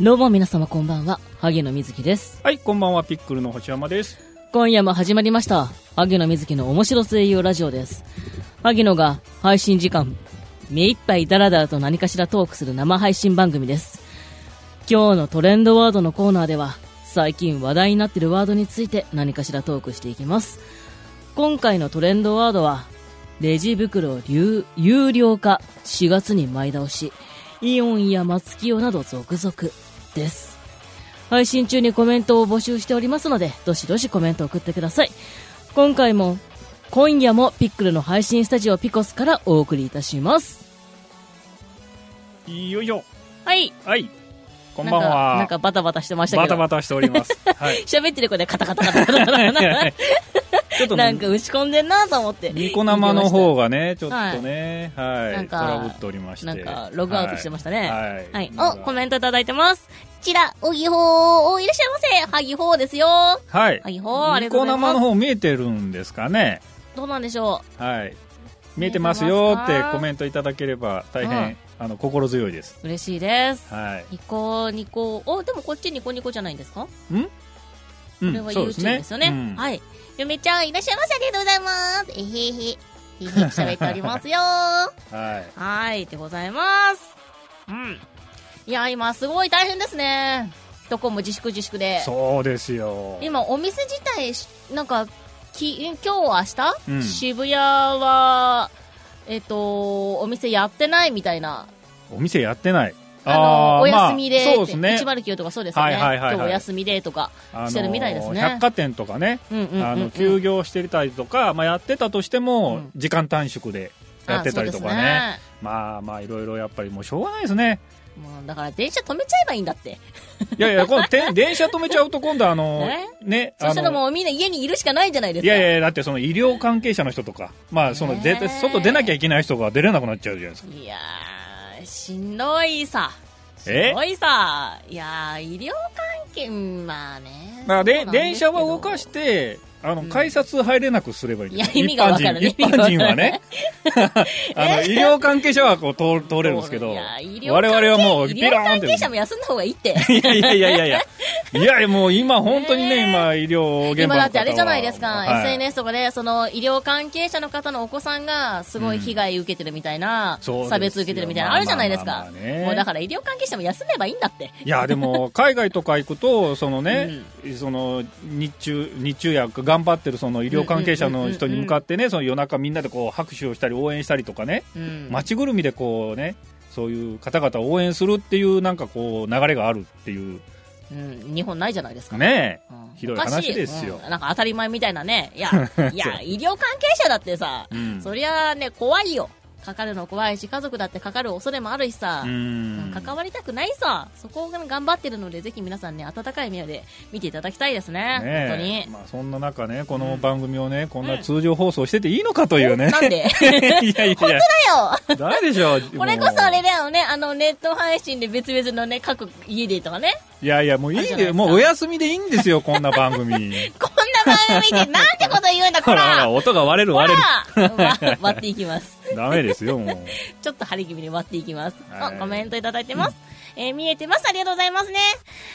どうも皆様こんばんは、萩野瑞希です。はい、こんばんは、ピックルの星山です。今夜も始まりました、萩野瑞希の面白声優ラジオです。萩野が配信時間、目いっぱいダラダラと何かしらトークする生配信番組です。今日のトレンドワードのコーナーでは、最近話題になっているワードについて何かしらトークしていきます。今回のトレンドワードは、レジ袋流有料化4月に前倒し、イオンや松清など続々です。配信中にコメントを募集しておりますので、どしどしコメントを送ってください。今回も、今夜もピックルの配信スタジオピコスからお送りいたします。よいしょ。はい。はい、こんばんなんかなんは。かバタバタしてましたけバど。タバタしております。 はい。喋ってる子でカタカタカタカタカタカタちょっとなんねか、打ち込んでんなと思って。ニコ生の方がね、ちょっとね、はい、なんトかラブっておりまして。なんかログアウトしてましたねはい。はい。なんお、かコメントいただいてます。ちら、おぎほー、おいらっしゃいませ。はぎほーですよ。はいは。ぎほー、ありニがとうごコざい生のます。方見えてるんですかね。どうなんでしょはい。見えてますよっ見えててますかコメントいただければ大うん変、あの、心強いです。う。嬉しいです。はニコニコ、お、でもこっちニコニコじゃないんですかい。んうこれん、はそうです YouTube ね。ですよね。うんはい。嫁ちゃん、いらっしゃいませ。ありがとうございます。えへへ。えへへ、喋っております よ。ははい。ーい、でございます。うん。いや、今、すごい大変ですね。どこも自粛自粛で。そうですよ。今、お店自体し、なんか、き今日、明日、うん渋谷は、えっと、お店やってないみたいな、お店やってない。あのーお休みで、まあそうですね。 109とかそうですよね、はいはいはいはい今日お休みでとか、あのしてるみたいですね百貨店とかね、うんうんうんうんあの休業してたりとか、まあ、やってたとしてうもん時間短縮でやってたりとかね,、あそうですねまあまあいろいろやっぱりもうしょうがないですねもうだから電車止めちゃえばいいんだって。いやいやこのて電車止めちゃうと今度 あのえねそあしたらのもうみんな家にいるしかないんじゃないですいか。やいやいやだってその医療関係者の人とかまあそのねえ絶対外出なきゃいけない人が出れなくなっちゃうじゃないですかいやー、しんどいさ。しえんどいさ。いやー、医療関係、まあね。まあでそうなんですけど電車は動かし。てあのうん改札入れなくすればいいんいでやす、よ意味がわかるね。一般人はね意味がわかる。 あの医療関係者はこう通通れるんですけどいや医療関係我々はもう医ピ療ローン関って係者も休んだ方がいいって。いやいやいやいやいや。いやいや、もう今本当にね、ねえ今医療現今場の方はだってあれじゃないですか、はい SNS とかでその医療関係者の方のお子さんがすごい被害受けてるみたいな、そうですよ差別受けてるみたいなのまああるじゃないですまかあまあまあねもうだから医療関係者も休めばいいんだっていや、でも、海外とか行くと、そのね、その、日中、日中や頑張ってるその医療関係者の人に向かってね、その夜中みんなでこう拍手をしたり応援したりとかね、うん街ぐるみでこうね、そういう方々を応援するっていうなんかこう流れがあるっていう、うん、日本ないじゃないですかねえうんひどい話ですよおかしいうんなんか当たり前みたいなね いやいや医療関係者だってさ、うんそりゃね怖いよかかるの怖いし家族だってかかる恐れもあるしさ、うん関わりたくないさそこを頑張ってるのでぜひ皆さんね温かい目で見ていただきたいですねねえ本当に、まあそんな中ね、この番組をね、こんな通常放送してていいのかという ね。なんでいやいやいや。だよ誰でしょうこれこそあれだよね、あの、ネット配信で別々のね、各家でとかね。いやいやもういあれじいゃないでですかもうお休みでいいんですよこんな 番組こんな番組でなんてこと言うんだ、こほらほらら音が割れるこ割れら わ割っていきます。るダメですよ もうちょっと張り気味に割っていきます。はあいコメントいただいてます。えー見えてます。ありがとうございますね。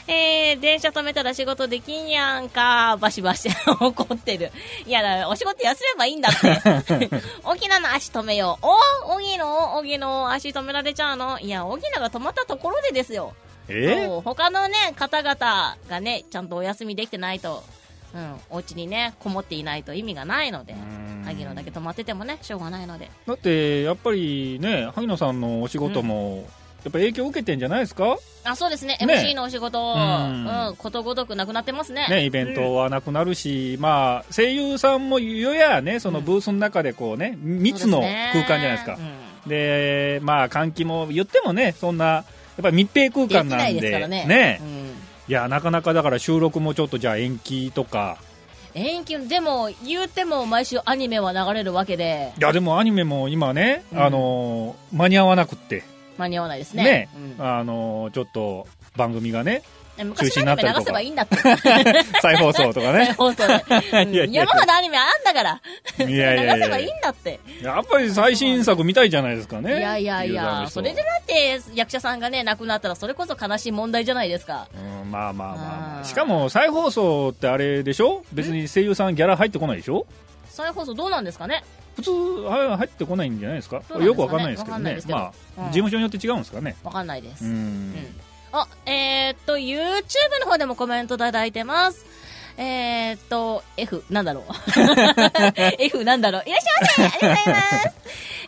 えー電車止めたら仕事できんやんか。バシバシ 怒ってる。いや、だからお仕事休めばいいんだ って。沖縄の足止めよう。お沖縄、沖縄足止められちゃうのいや、沖縄が止まったところでですよ。えそう他のね方々がねちゃんとお休みできてないと、うん、お家にねこもっていないと意味がないのでん萩野だけ泊まっててもねしょうがないのでだってやっぱりね萩野さんのお仕事もやっぱ影響受けてんじゃないですかあそうですねね MC のお仕事、ううんんことごとくなくなってます ねねイベントはなくなるしまあ声優さんもよやねそのブースの中でこうね密の空間じゃないですかそうねでまあ換気も言ってもねそんなやっぱり密閉空うん、でき間ななんいですかでらねうんいやなかなかだから収録もちょっとじゃあ延期とか延期でも言うても毎週アニメは流れるわけでいやでもアニメも今ね、うんあのー間に合わなくって間に合わないですねね、うんあのーちょっと番組がね 中昔止のになアっニたメりと流かせばいいんだって。再放送と か ね。放送で。いやうんいや山ほどアニメあんだから。いやいやいや流せばいいんだって。やっぱり最新作見たいじゃないですかいね。やいやいユーザーやの、人そはれでだって役者さんがね、亡くなったらそれこそ悲しい問題じゃないですか。うん、まあまあまあ、まああ、ーしかも再放送ってあれでしょ別に声優さんギャラ入ってこないでしょ再放送どうなんですかね。普通は入ってこないんじゃないですかどうなんですかねよくわかんないですけどねわまかあ、んないですけどうん事務所によって違うんですかねわかんないです。うんうんあ、えーっと、YouTube の方でもコメントいただいてます。えーっと、F、なんだろう。F、なんだろう。いらっしゃいませありがとうございます。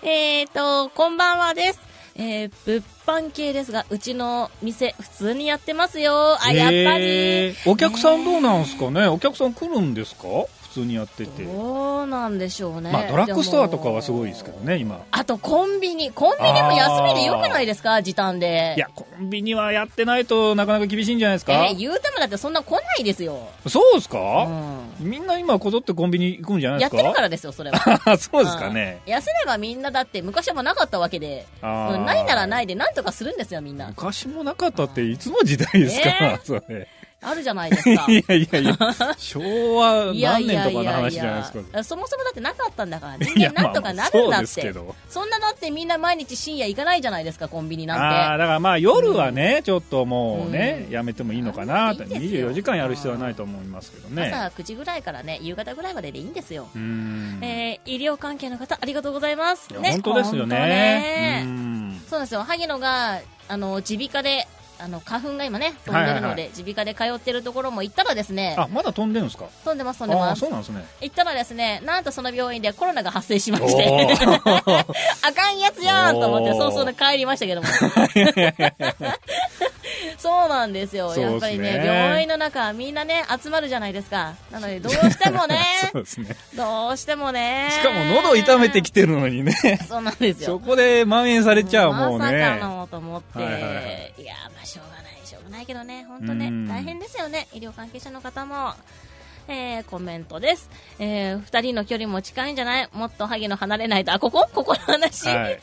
えーっと、こんばんはです。えー、物販系ですが、うちの店、普通にやってますよ。あ、やっぱり。えーお客さんどうなんですかねお客さん来るんですか普通にやってて、どうなんでしょうね。まあドラッグストアとかはすごいですけどね今あとコンビニ、コンビニも休みでよくないですか、時短で。いやコンビニはやってないとなかなか厳しいんじゃないですか、えー言うてもだってそんな来ないですよ。そうですうか、ん、みんな今こぞってコンビニ行くんじゃないでやっすかてるからですよ、それ は。らそうですかね、うん休めばみんなだって昔はもうなかったわけで、あうーんないならないでなんとかするんですよ、みんな。昔もなかったっていつの時代ですか、えそれあるじゃないです か。いやいやいや昭和いや何いやい年とかのや話いじゃないですかや、そもそもだってなかったんだから、 い人や間なんとかなるんだっまあまあそうですけて。どそんなだってみんな毎日深夜行かないじゃないですか、コンビニあなあんて。だからまあ夜はね、ちょっともうね、うんやめてもいいのかないといんですよ24時間やる必要はないと思いますけどね朝9時ぐらいからね、夕方ぐらいまででいいんですよ。うん、えー医療関係の方、ありがとうございます。いやね本当ですよ本当ねねうんそうなんですよ萩野があの耳鼻科であの花粉が今ね飛んでるのはいはいはで耳鼻科で通ってるところも行ったらですねあまだ飛んでるんですか飛んでます飛んでああまーすそうなんですね行ったらですねなんとその病院でコロナが発生しまおしてお ー あかんやつやんと思ってお早ー々に帰りましたけども そうなんですよそうですねやっぱりね病院の中はみんなね集まるじゃないですかなのでどうしてもね そうですねどうしてもねしかも喉痛めてきてるのにねそうなんですよそこで蔓延されちゃうもうまさかねのと思って、はいいはいはいやまあしょうがないしょうがないけどね本当ねうん大変ですよね医療関係者の方も。えー、コメントです、えー、2人の距離も近いんじゃないもっと萩野離れないとあここここの話、はい、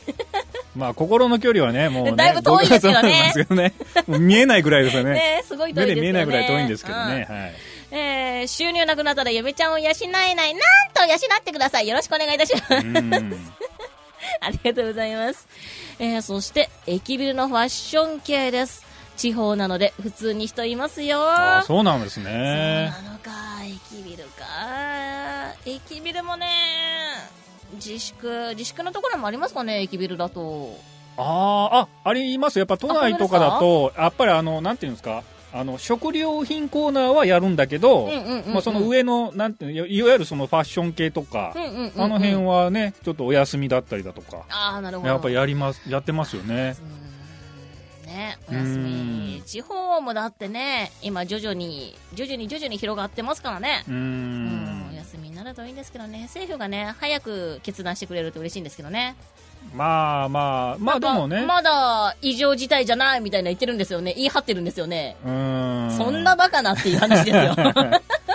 まあ心の距離はねもうね だいぶ遠いですけどね僕らそうなんです けどねもう見えないぐらいですよねねすごい遠目いですよねで見えないぐらい遠いんですけどね、、はいうんえー、収入なくなったら嫁ちゃんを養えないなんと養ってくださいよろしくお願いいたしますうんありがとうございます。えーそして、駅ビルのファッション系です。地方なので、普通に人いますよ。ああそうなんでそすうねなのか、駅ビルか。駅ビルもね、自粛、自粛のところもありますかね、駅ビルだと。あーあありますやっぱ都内とかだとやっぱりあのなんていうんですかあの食料品コーナーはやるんだけど、うんうんうんうんまあ、その上のなんていうのいわゆるそのファッション系とか、うんうんうん、うん。あの辺。はねちょっとお休みだったりだとか、ああ、なるほど。やっぱやりますやってますよねうーんね、お休みうん地方もだってね今徐々に徐々に徐々に広がってますからねうーんうんお休みになるといいんですけどね、政府がね、早く決断してくれると嬉しいんですけどね、まあまあまあでもね、まだ異常事態じゃないみたいな言ってるんですよね、言い張ってるんですよね、うーんそんなバカなっていう話です よ、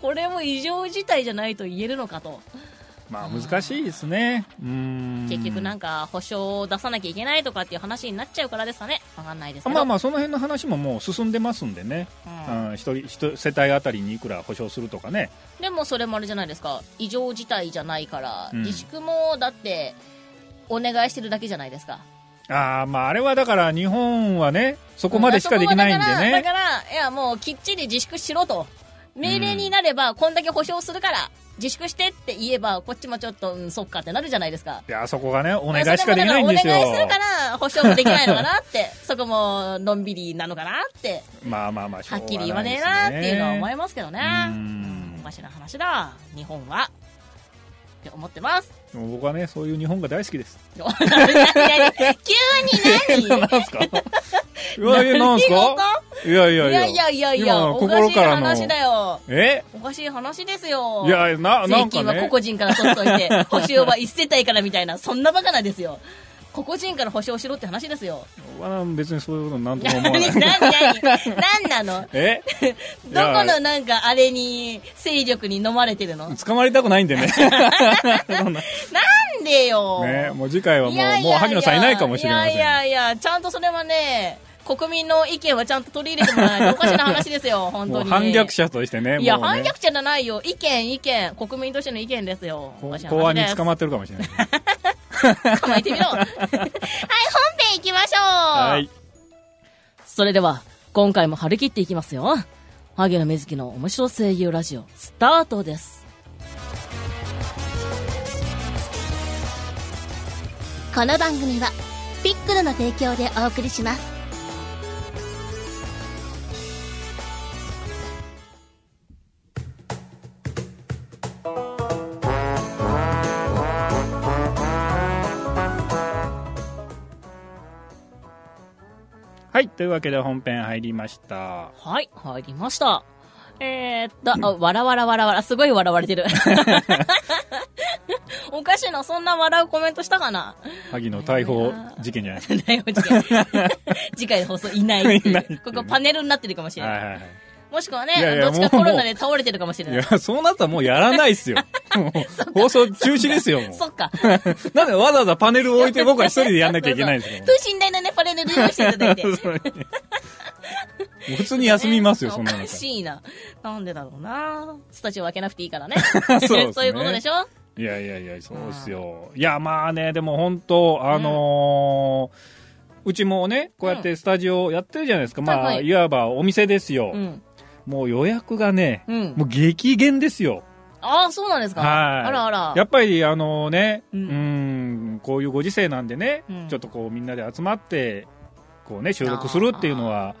これも異常事態じゃないと言えるのかと、まあ難しいですねうーん結局、なんか保証を出さなきゃいけないとかっていう話になっちゃうからですかね、わかんないですけど、まあまあその辺の話ももう進んでますんでね、ううんん一人一世帯あたりにいくら保証するとかねでもそれもあれじゃないですか、異常事態じゃないから、うん自粛もだって、お願いしてるだけじゃないですか。ああまああれはだから日本はねそこまでしかできないんでだねから、だからいや、もうきっちり自粛しろと。命令になれば、こんだけ保証するから、自粛してって言えば、こっちもちょっと、うん、そっかってなるじゃないですか。いやそこがねお願いしかできないんですよそれもだからお願いするから、保証もできないのかな って、そこも、のんびりなのかなって、まあまあまあしはょうっがきり言わないねえですなっていうのは思いねますけどね。うんおかしな話だ、日本は。って思ってます。でも僕はねそういう日本が大好きですいやいや急に何 何すかいやいや何すかいやいいやいややいやいやいや、今おか心しいからの話だよ。えおかしい話ですよ。いやなな税んか金はね個々人から取っといて、保証は一世帯からみたいな、そんなバカなんですよ。個々人から保証しろって話ですよ。僕は別にそういうことなんとも 何、思わな何、い何なのえ どこのなんかあれに、勢力に飲まれてるのな捕まりたくない んでねそんなんでよ。ねもう次回はもういやいやいやもう萩野さんいないかもしれませんいやいやいや、ちゃんとそれはね、国民の意見はちゃんと取り入れてもらえないとおかしな話です よ、本も当うに。反逆者としてね。いや、もうね反逆者じゃないよ。意見、意見。国民としての意見ですよ。こ公安に捕ままってるかもしれない。捕まえてみろ。 はい、本編行きましょう。はい。それでは、今回も張り切っていきますよ。萩野瑞希の面白声優ラジオ、スタートです。この番組はピックルの提供でお送りしますはい。というわけで本編入りました。はい、入りました。えー、っと、あ、わらわらわらわら、すごい笑われ てる。おかしいな、そんな笑うコメントした かな。萩野逮捕事件じゃないですか。大事件次回の放送いないっていう いないっていうねここパネルになってるかもしれはない。いはいはい。もしくはね、いやいやどっちかもコうロナで倒れてるかもしれいない。や、そうなったらもうやらない っすよ。もう放送中止ですよ、もう。そっか。 なんでわざわざパネルを置いて僕は一人でやんなきゃいけないんですそ ようそう等身大のね、パネルで用意していただいて。もう。もう 普通に休みますよ、そんな おのか。しいな。なんでだろうな。スタジオ分けなくていい からね。うですねいうことでしょいやいやいや、そうっすよ。いや、まあね、でも本当、あのーうちもね、こうやってスタジオやってるじゃないですか。まはあ、いはいいわばお店ですよ、うん。もう予約がね、うん。もう激減ですよ。ああ、そうなんですか。はいあらあら。やっぱりあのね、ううんん、こういうご時世なんでね、うんちょっとこうみんなで集まって、こうね、収録するっていうのは、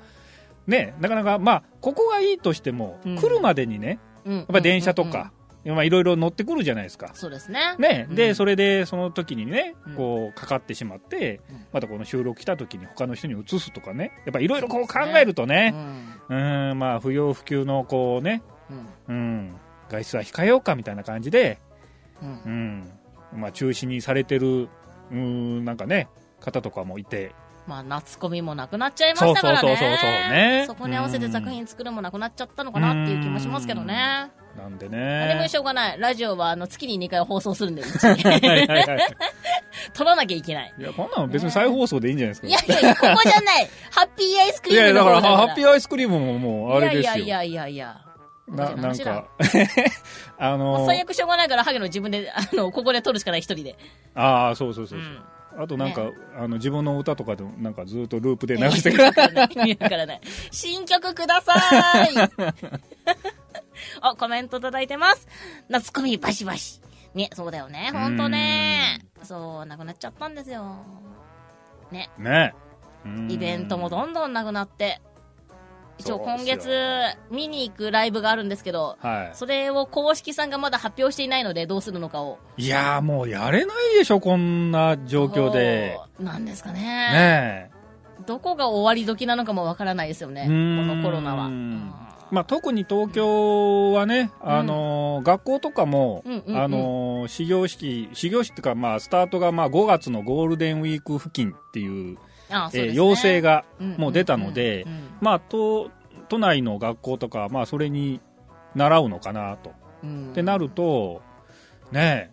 ね、なかなか、まあ、ここがいいとしても、うん来るまでにね、うん、やっやっぱ電車とか、まあいろいろ乗ってくるじゃないですか。そうですね。ね、で、うんそれでその時にねうん、こうかかってしまって、うんまたこの収録来た時に他の人に移すとかね、やっぱいろいろこう考えるとうね、ん。うん、まあ不要不急のこうね、うん。うん、外出は控えようかみたいな感じで、うんうんまあ、中止にされてるうーんなんかね方とかもいてまあ、夏コミもなくなっちゃいましたからね。そうそうそうそうそうねそこに合わせて作品作るもなくなっちゃったのかなっていう気もしますけどね。なんで何もね。しょうがない。ラジオは、あの、月に2回放送するんで、うち はいはいはい撮らなきゃいけない。いやこんなの別に再放送でいいんじゃないですか。いやいやいや、ここじゃない。ハッピーアイスクいリーやムだのか方らだから。ハッピーアイスクリームももうあれですよ。いやいやいやいやいや。ななんか もあうの最悪しょうがないから、ハゲの自分で、あの、ここで撮るしかない、一人で。ああそうそうそうそう。んあとなんか、ねあの自分の歌とかでもなんかずっとループで流意して味くるわからない。意味わからない。新曲くださいあ、コメントいただいてます。夏コミバシバシ。ね、そうだよね。ほんとね。そう、なくなっちゃったんですよ。ね。う んイベントもどんどんなくなって。一応そう今ですよ月見に行くライブがあるんですけど、はそれを公式さんがまだ発表していないのでどうするのかを。い。いやーもうやれないでしょこんな状況で。そう。なんですかね。ねえ。どこが終わり時なのかもわからないですよね。うこーんのコロナは。まあ、特に東京はね、あのー学校とかも、うんうんうんあのー始業式始業式っていうか、まあ、スタートがまあ5月のゴールデンウィーク付近っていうあそうえですーね要請が、ももう出たのでうんうんまあ、都都内の学校とか、まあ、それに習うのかなと。うんってなるとね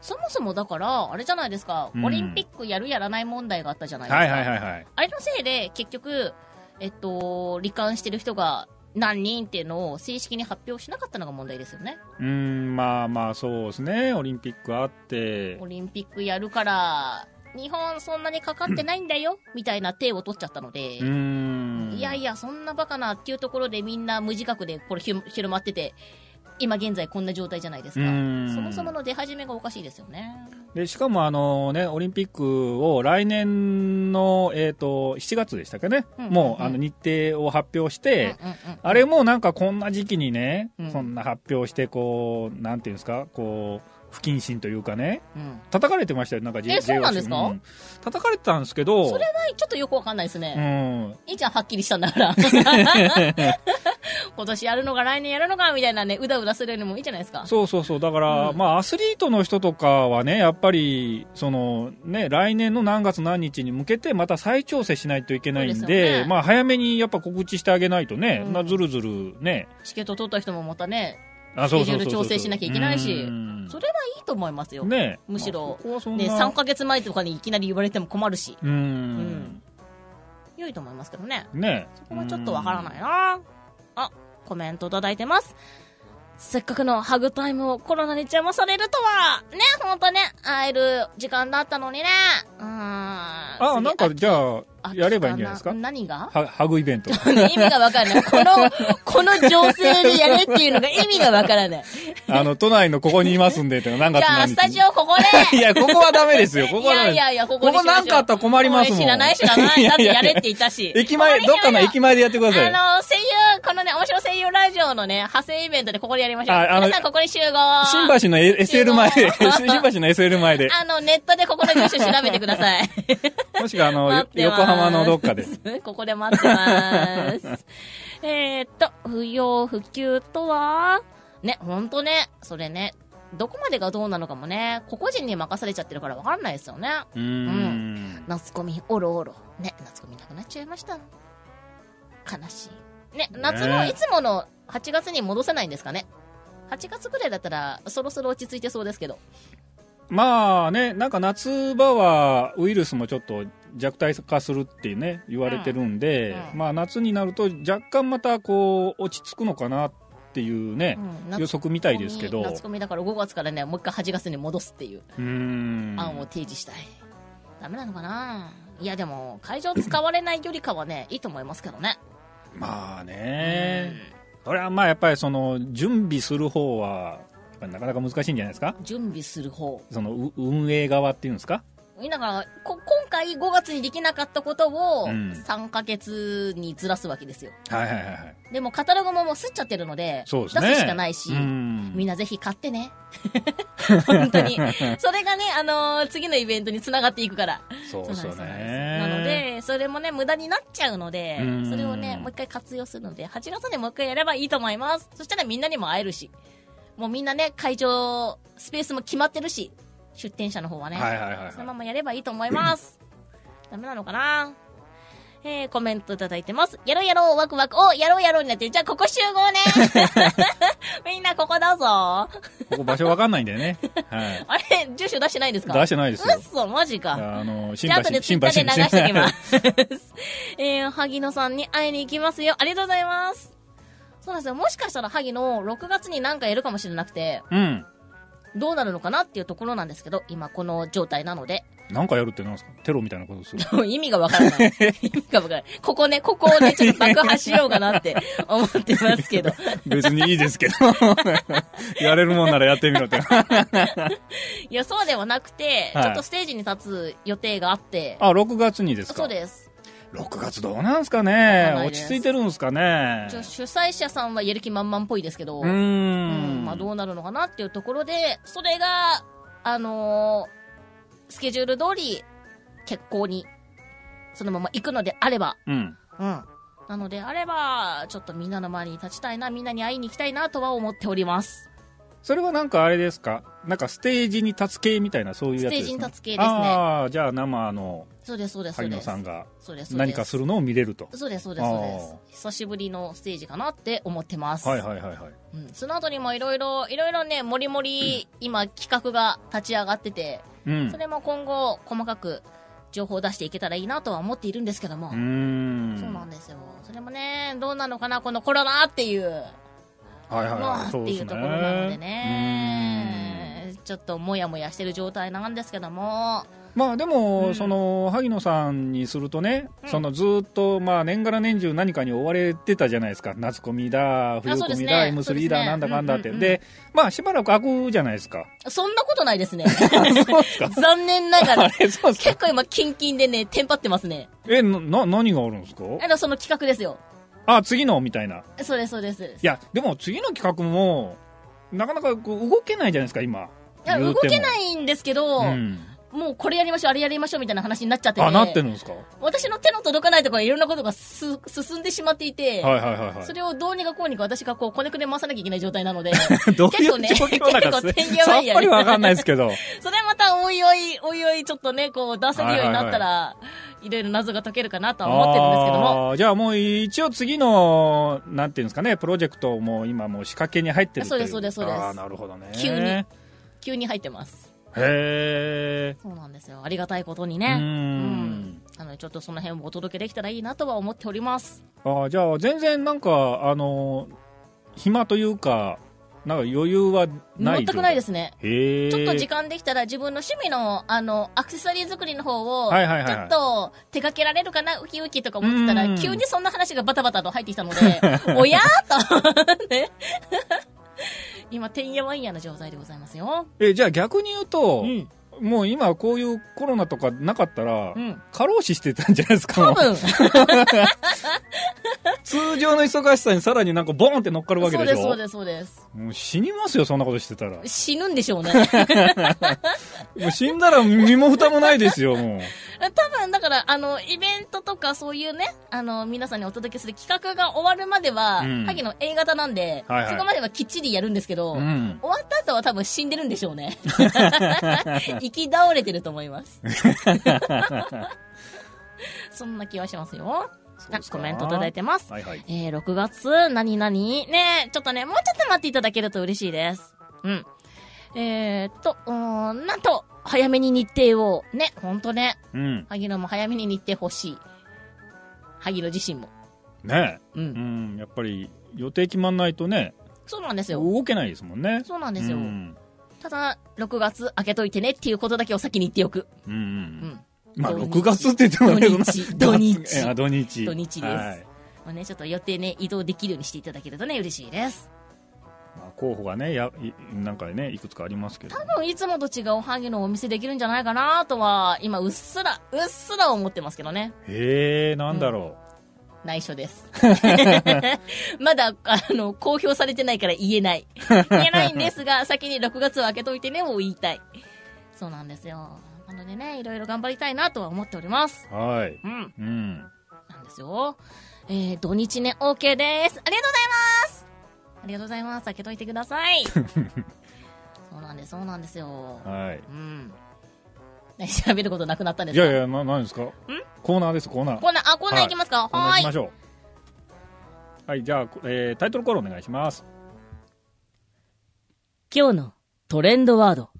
そもそもだから、あれじゃないですか、うんオリンピックやるやらない問題があったじゃなえいですか。はいはいはいはいあれのせいで、結局、えっと、罹患してる人が何人っていうのを正式に発表しなかったのが問題ですよね。うーんまあまあそうですねオリンピックあってオリンピックやるから、日本そんなにかかってないんだよ、みたいな手を取っちゃったのでう、ーんいやいや、そんなバカなっていうところでみんな無自覚でこれひろ広まってて、今現在こんな状態じゃないですかう。ーんそもそもの出始めがおかしいですよね。でしかもあの、ね、オリンピックを来年の、えー、と7月でしたかね、うんもううんあの日程を発表して、うんうんうんあれもなんかこんな時期にね、うんそんな発表してこう、なんていうんですか、こう不謹慎というかね、うん叩かれてましたよ、なんか J- えそうなんですか JOC うん叩かれてたんですけど、それはいちょっとよくわかんないですね。うん、いいじゃん、はっきりしたんだ から。今年やるのか来年やるのかみたいなね、うだうだするよりもいいじゃないですか。そうそうそう、だから、うんまあ、アスリートの人とかはね、やっぱり、そのね、来年の何月何日に向けて、また再調整しないといけないんそで、うですよねまあ、早めにやっぱ告知してあげないとね、うんなずるずるね、チケット取った人もまたね、あスケジュール調整しなきゃいけないしうんそれはいいと思いますよ。ね、ね、むしろまあここはそんな3ヶ月前とかにいきなり言われても困るし。うん、うん良いと思いますけどね。ねそこはちょっとわからないな。あ、コメントいただいてます。せっかくのハグタイムをコロナに邪魔されるとは。ね、ほんとね、会える時間だったのにね。うーん。あ次あなんか、じゃあやればいいんじゃないですか何が はハグイベント意味がわからない。この、この情勢でやれっていうのが意味がわからない。あの都内のここにいますんでって何 じ月ゃあ、何日スタジオここで。 いやここはダメですよこいこはダやメですいやいや、ここでここなんかあったら困りますもん知らない知らない。だってやれって言ったし。駅前こどこっにかの駅前でやってくださいよあの、声優、このね、面白声優ラジオのね、派生イベントでここでやりましょう。ああの皆さんここに集合。新橋の A- SL 前で、新橋の SL 前で、あの、ネットでここで住所調べてくださ い。もしくはあの、待よってま横す浜のどっかで。。ここで待ってます。えーっと、不要不急とは、ね、ほんとね、それね、どこまでがどうなのかもね、個々人に任されちゃってるからわかんないですよね。うーん。夏コミおろおろね夏コミなくなっちゃいました悲しいね夏のねいつもの8月に戻せないんですかね8月ぐらいだったらそろそろ落ち着いてそうですけどまあね、なんか夏場はウイルスもちょっと弱体化するってね、言われてるんで、うんうんまあ夏になると若干またこう、落ち着くのかなっていうね、うん予夏測みたいですけど、夏コミだから5月からねもう一回8月に戻すっていううーん。案を提示したい、ダメなのかないやでも会場使われないよりかはねいいと思いますけどねまあね、これはまあやっぱりその、準備する方は、なかなか難しいんじゃないですかうん準備する方そのう運営側っていうんですかだからこ今回5月にできなかったことをうん3ヶ月にずらすわけですよ、はいはいはいはい。でもカタログももうすっちゃってるので、そうですね。出すしかないし、うんみんなぜひ買って ね。本当に。それがね、あのー次のイベントにつながっていくから。そうですよそうなんね。なの、で、それもね、無駄になっちゃうのでう、んそれをね、もう一回活用するので、8月でもう一回やればいいと思います。そしたらみんなにも会えるし、もうみんなね、会場、スペースも決まってるし、出店者の方はね。はいはいはいはいそのままやればいいと思います。 ダメなのかなえー、コメントいただいてます。やろうやろう、ワクワク、おやろうやろうになってるじゃあここ集合ね みんなここだぞ ここ場所わかんないんだよね。はい。あれ、住所出してないですか出してないですようっ。そ、マジか。あの、じ新ゃあ橋後で、ツイ新ッタ橋ーで流してきま新す。 えー、萩野さんに会いに行きますよ。ありがとうございます。そうなんですよ。もしかしたら萩野、6月に何かやるかもしれなくて、橋 うん。どうなるのかなっていうところなんですけど、今この状態なので。なんかやるってなんですかテロみたいなことでする。もう 意味がわから ない。意味がわからない。ここね、ここをね、ちょっと爆破しようかなって 思ってますけど。別にいいで すけど。 やれるもんならやってみろって。いや、そうではなくて、はいちょっとステージに立つ予定があって、あ、6月にですかそうです。 6月どうなんすかかねんない落ですち着いてるんすかねちょ主催者さんはやる気満々っぽいですけど、うーうんん。まあどうなるのかなっていうところで、それが、あのースケジュール通り、決行に、そのまま行くのであれば、うん。うん。なのであれば、ちょっとみんなの前に立ちたいな、みんなに会いに行きたいなとは思っております。それはなんかあれですかなんかステージに立つ系みたいなそういうやつです、ね、ステージに立つ系ですねああ、じゃあ生のそうです、そうです、そう萩で野す。さんがそうです、そうで何す。かするのを見れると。そうです、そうです、そうです。久しぶりのステージかなって思ってます。はいはいはいはい。うん、その後にもいろいろ、いろいろね、もりもり、今企画が立ち上がってて、うんそ。れも今後、細かく情報を出していけたらいいなとは思っているんですけども、うーんそうなんですよ。それもね、どうなのかな、このコロナっていう、はいはいまあはい。ってそうでいすうねところなのでね、ちょっともやもやしてる状態なんですけども、うーんまあでうも、んその萩野さんにするとね、うんそのずーっとまあ年がら年中何かに追われてたじゃないですか、夏コミだ、冬そうコですミねだ、そうで M3 すねだ、なんだかんだって、うんうんうんで、まあしばらく開くじゃないで すか、そんなことないですね。 そうですか、残念なが あら。れ、そうですか、結構今、キンキンでね、テンパってますね。え、なな何があるんですか、あの、その企画ですよ。あ、次のみたいな、いそうです、そうです。そうですや、でも次の企画も、なかなかこう動けないじゃないですか、今、、いや動けないいんですけど、うん、もうこれやりましょう、あれやりましょうみたいな話になっちゃってて、あ、なってるんですか、は私の手の届かないところにいろんなことがす進んでしまっていて、いはいはいはい、それをどうにかこうにか私がこう、こねくね回さなきゃいけない状態なの で、どういう結状構ね況だか、結構てんやさわっんやねぱりわかんないですけど。それまたおいおい、おいおい、ちょっとね、こう、出せるようになったら、いろいろ謎が解けるかなとは思ってるんですけども、あーじゃあもう一応次の、なんていうんですかね、プロジェクトも今もう仕掛けに入ってるといそうですそうですそうですああ、なるほどね。急に急に入ってます。へそうなんですよ。ありがたいことにえ。うね。ーうんん。なので、ちょっとその辺をお届けできたらいいなとは思っております。ああ、じゃあ、全然なんか、あのー、暇というか、なんか余裕はない。全くないですすね。へえ。ちょっと時間できたら自分の趣味のあのアクセサリー作りの方をちはいはいはいょっと手掛けられるかなウキウキとか思ってたうらん急にそんな話がバタバタと入ってきた のでおやーとね 今てんやわんやな状態でございますよえ、じゃあ逆に言うとう、んもう今こういうコロナとかなかったら、うん過労死してたんじゃないですか。も多う分通常の忙しさにさらになんかボーンって乗っかるわけそうでしですょそうですそうですもう死にますよ、そんなことしてたら。死ぬんでし ょうねもう死んだら身も蓋もないですよ、もう。多分だからあのイベントとかそういうねあの皆さんにお届けする企画が終わるまでは、うん萩の A 型なんで、はいはいそこまではきっちりやるんですけ ど、うん。終わった後は多分死んでるんでしょう ね。生き倒れてると思います。そんな気はしますよ。そうあですかコメントいただいてます。はいはい。えー、6月、何々ねえちょっとね、もうちょっと待っていただけると嬉しいです。うん。えーっと、うーん、なんと、早めに日程を。ね、ほんとね。うん。萩野も早めに日程欲しい。萩野自身も。ねう。え。うんん。やっぱり予定決まんないとね、そうなんですよ。動けないですもんね。そうなんうですよ。ん。ただ、6月開けといてねっていうことだけを先に言っておく。うんう。うんん。まあ、土日6月って言ってもあれだな土日土 日あ土日。土日ですはいまあね、ちょっと予定ね、移動できるようにしていただけるとね、嬉しいです。まあ候補がね、や、いなんかね、いくつかありますけど。多分いつもと違うおはぎのお店できるんじゃないかなとは、今、うっすら、うっすら思ってますけどね。へえ、なんだろ内緒 です。まだ、あの、公表されてないから言えない。 言えないんですが、先に6月を開けといてね、を言いたい。そうなんですよ。なのでね、いろいろ頑張りたいなとは思っております。う。はい。うん。うん。なんですよ。えー、土日ね、OK です。ありがとうございますありがとうございます。開けといてくださ い。そうなんです、そうなんですよ。はい。うん。何喋ることなくなったんでいすかやいや、な、なんですかコーナーです、コーナー。コーナー、あ、コーナー行きますかコーナーは行きまーい。しょう。はい、じゃあ、えータイトルコールお願いします。今日のトレンドワード。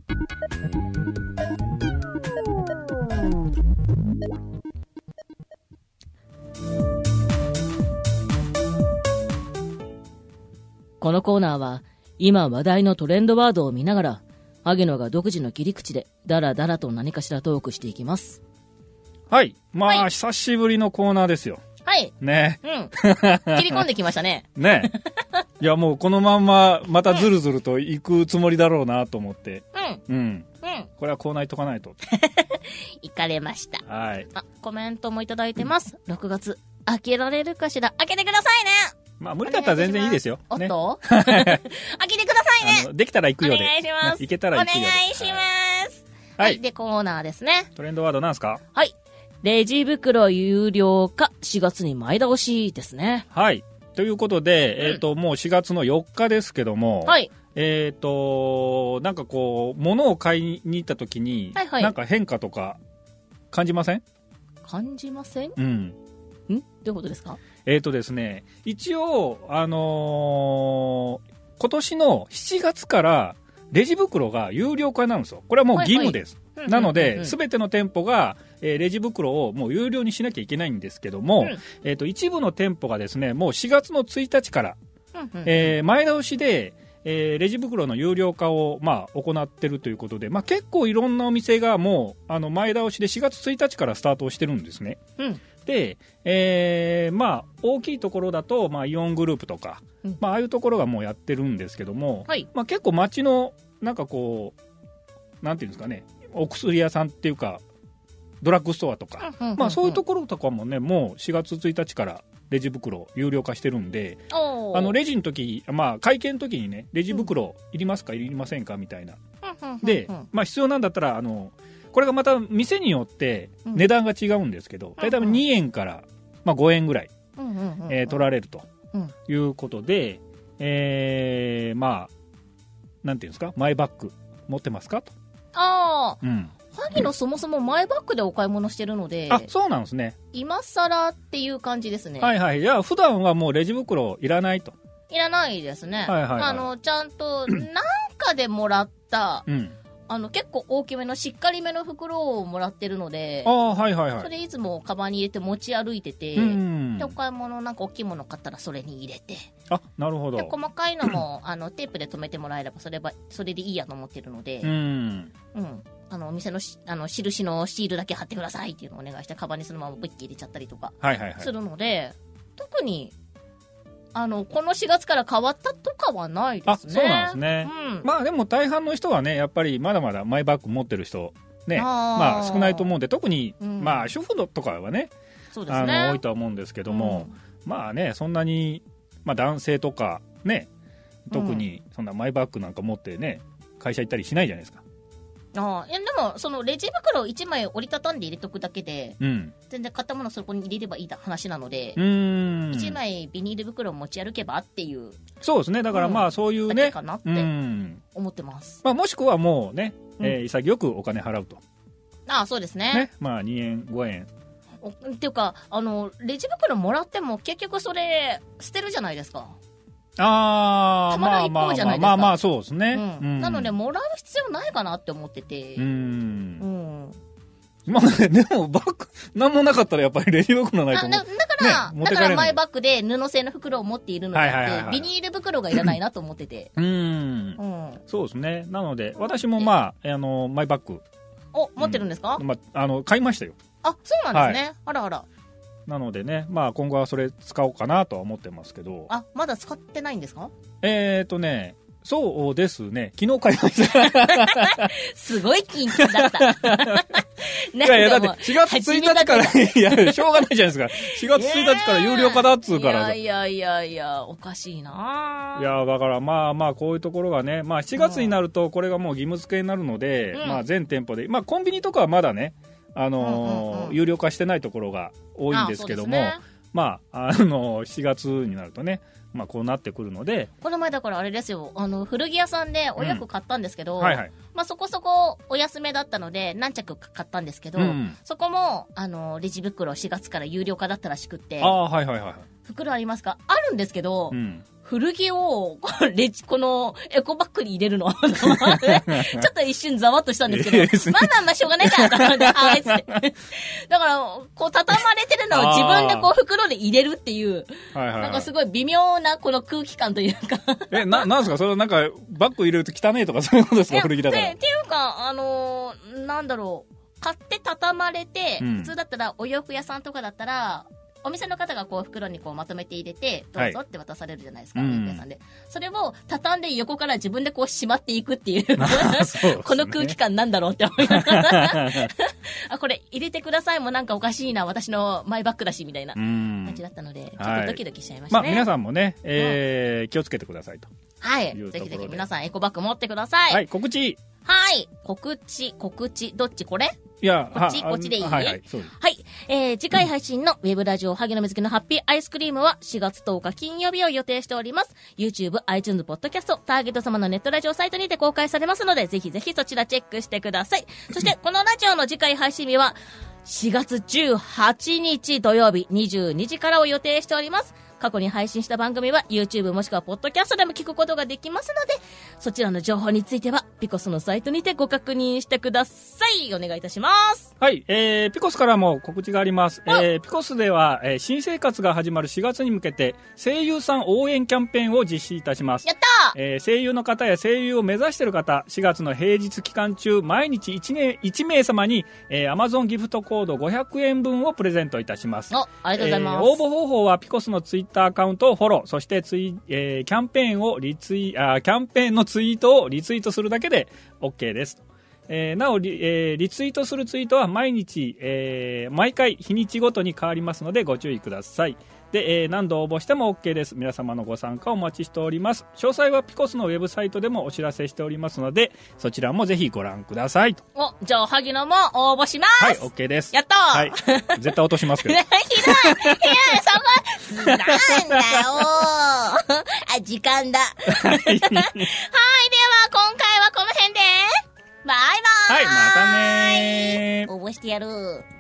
このコーナーは今話題のトレンドワードを見ながら萩野が独自の切り口でダラダラと何かしらトークしていきますはい。まあ、は久しぶりのコーナーですよ。はい。ね。 うん。切り込んできましたね。ね。 いや、もうこのまんま、またズルズルと行くつもりだろうなと思って。うん。うん。うん。これはコーナー行っとかないと。行かれました。はい。あ、コメントもいただいてます。6月、開けられるかしら開けてくださいねまあ、無理だったら全然いいですよ。おっね。 と開けてくださいねあの、できたら行おく願ようで。いします。ね行けたら行くようで。お願いします。ははいい。で、コーナーですね。トレンドワードなんですかはい。レジ袋有料化、4月に前倒しですね。はい。ということで、うんえっ、と、もう4月の4日ですけども、はい。えっ、と、なんかこう、物を買いに行った時に、はいはいなんか変化とか感じません感じませんんうん。どういうことですかえっ、とですね、一応、あのー今年の7月から、レジ袋が有料化になるんですよ。これはもう義務です。なので、すべべての店舗が、えーレジ袋をもう有料にしなきゃいけないんですけども、うんえっ、と、一部の店舗がですね、もう4月の1日から、えー前倒しで、えーレジ袋の有料化を、まあ、行ってるということで、まあ、結構いろんなお店がもうあの前倒しで4月1日からスタートをしてるんですね。うんで、えーまあ、大きいところだと、まあ、イオングループとか、うんまあ、ああいうところがもうやってるんですけども、はいまあ、結構街のなんかこうなんていうんですかねお薬屋さんっていうかドラッグストアとか、まあ、そういうところとかもねもう4月1日からレジ袋有料化してるんで、こあのレジの時、まあ会計の時にね、レジ袋いりますか、いりませんかみたいな。で、まあ必要なんだったら、あの、これがまた店によってうん値段が違うんですけど、大体うんうん2円から、まあ、5円ぐらい、えー取られるとうんいうことで、えーまあ、なんていうんですか、マイバッグ持ってますかと。ああうん萩野そもそもマイバッグでお買い物してるのであ、そうなんですね。今更っていう感じですね、はいはい。じゃあ普段はもうレジ袋いらないと。い、らないですね、はいはいはい あのちゃんとなんかでもらったうん。あの、結構大きめのしっかりめの袋をもらってるのであ、あはいはいはそいれいつもカバンに入れて持ち歩いてて、うんで、お買い物なんか大きいもの買ったらそれに入れて、あなるほで、ど細かいのも、 あの、テープで留めてもらえれば、それば、それでいいやと思ってるので、うんうん。あの、お店のし、あの、印のシールだけ貼ってくださいっていうのをお願いして、カバンにそのままブッキ入れちゃったりとかはいはいはいするので、特に、あの、この4月から変わったとかはないであすそね。うなんですね、うん。まあでも大半の人はねやっぱりまだまだマイバッグ持ってる人ねあーまあ少ないと思うんで特に、うんまあ主婦とかはねそうですあね。の多いとは思うんですけども、まあねそんなに、まあ、男性とかね特にそんなマイバッグなんか持ってね会社行ったりしないじゃないですかうん、ああいやでも、そのレジ袋を1枚折りたたんで入れとくだけで、うん全然買ったものそこに入れればいい話なのでう、ーん1枚ビニール袋を持ち歩けばっていうそうですねだからまあそういうだけねかなっうてん、思ってます。まあ、もしくはもうね、えー潔くお金払うと、ああ、そうですね。ねまあ2円5円おっていうかあのレジ袋もらっても結局それ捨てるじゃないですか、ああたままらあんま一方あじゃまなあいですかまあまあそうですね、うんうんなのでもらう必要ないかなって思っててううんん、まあねでもバッグ何もなかったらやっぱりレジ袋ないとあ思だだうから、ね持っだてかかれらるマイバッグで布製の袋を持っているのであって、はいはいはいはビいニール袋がいらないなと思って てうんうんそうですね。なので、私もまあ、あの、マイバッグ、お持ってるんですか、まあ、あの、買いましたよ。あそうなんですね、あらあらなのでね、まあ、今後はそれ使おうかなとは思ってますけど、あまだ使ってないんです かえっ、ー、とね、そうですね、昨日買い ました。いすごい緊張だった なんやいや、かもだっう て4月1日から、いや、しょうがないじゃないですか。4月1日から有料化だっつうからさ。いいやいやいやいやおかしいなあやだからまあまあこういうところがね、まあ、7月になるとこれがもう義務付けになるので、うんまあ、全店舗で、まあ、コンビニとかはまだね、あのーうんうんうん有料化してないところが多いんですけども、あそうですねまあ、あの7月になるとね、まあ、こうなってくるので、この前だからあれですよあの古着屋さんでお洋服買ったんですけど、はいはい、まあ、そこそこお安めだったので何着か買ったんですけど、うんそこもあのレジ袋4月から有料化だったらしくってああ、はいはいはい、袋ありますかあるんですけど、うん、古着を このレジこのエコバッグに入れる の ちょっと一瞬ざわっとしたんですいけいでどすねまあまあまあしょうがないかと思 ってはいっつってだからこう畳まれてるのを自分でこう袋で入れるっていうはいはい、はい、なんかすごい微妙なこの空気感というかえななんですか、それはなんか、バッグ入れると汚いとか、そういうことですいか、や古着だかでらっ。ていうか、あのーなんだろう、買って畳まれて、うん普通だったらお洋服屋さんとかだったら、お店の方がこう袋にこうまとめて入れて、どはういぞって渡されるじゃないですか、うんお洋服屋さんで。それを畳んで横から自分でこうしまっていくっていう、 そうですね この空気感なんだろうって思いなが ら、あ、これ入れてくださいもなんかおかしいな、私のマイバッグだしみたいなう感んじだったので、ちょっはといドキドキしちゃいましまたあ、ね。皆さんもね、えー気をつけてくださいと。はい。いうぜとこひろでぜひ皆さんエコバッグ持ってください。はい、告知。いはい。告知、告知、どっちこれや、こっちはこっちでいいあはいはい、そうです。はい。えー、次回配信のウェブラジオ、萩野瑞希のハッピーアイスクリームは4月10日金曜日を予定しております。YouTube、iTunes、Podcast、ターゲット様のネットラジオサイトにて公開されますので、ぜひぜひそちらチェックしてください。そ して、このラジオの次回配信日は4月18日土曜日22時からを予定しております。過去に配信した番組は YouTube もしくは Podcast でも聞くことができますので、そちらの情報についてはピコスのサイトにてご確認してください。お願いいたします。はい、えーピコスからも告知があります。あえーピコスでは、えー新生活が始まる4月に向けて、声優さん応援キャンペーンを実施いたします。やったーえー声優の方や声優を目指している方4月の平日期間中毎日 1, 年1名様に、えー、Amazon ギフトコード500円分をプレゼントいたしますお、ありがとうございます。えー応募方法はピコスのツイッターアカウントをフォローそしてツイ、えーキャンペーンをリツイあーキャンペーンのツイートをリツイートするだけで OK です、えーなおリ,、えーリツイートするツイートは毎日、えー毎回日にちごとに変わりますのでご注意くださいで、えー何度応募しても OK です皆様のご参加お待ちしております詳細はピコスのウェブサイトでもお知らせしておりますのでそちらもぜひご覧くださいとお、じゃあ、萩野も応募します。はい OK ですやったーはい、絶対落としますけひど ど いひどいそこなんだよ ーあ、時間だ。はい、では、今回はこの辺で、バイバーイはいまたねー応募してやるー。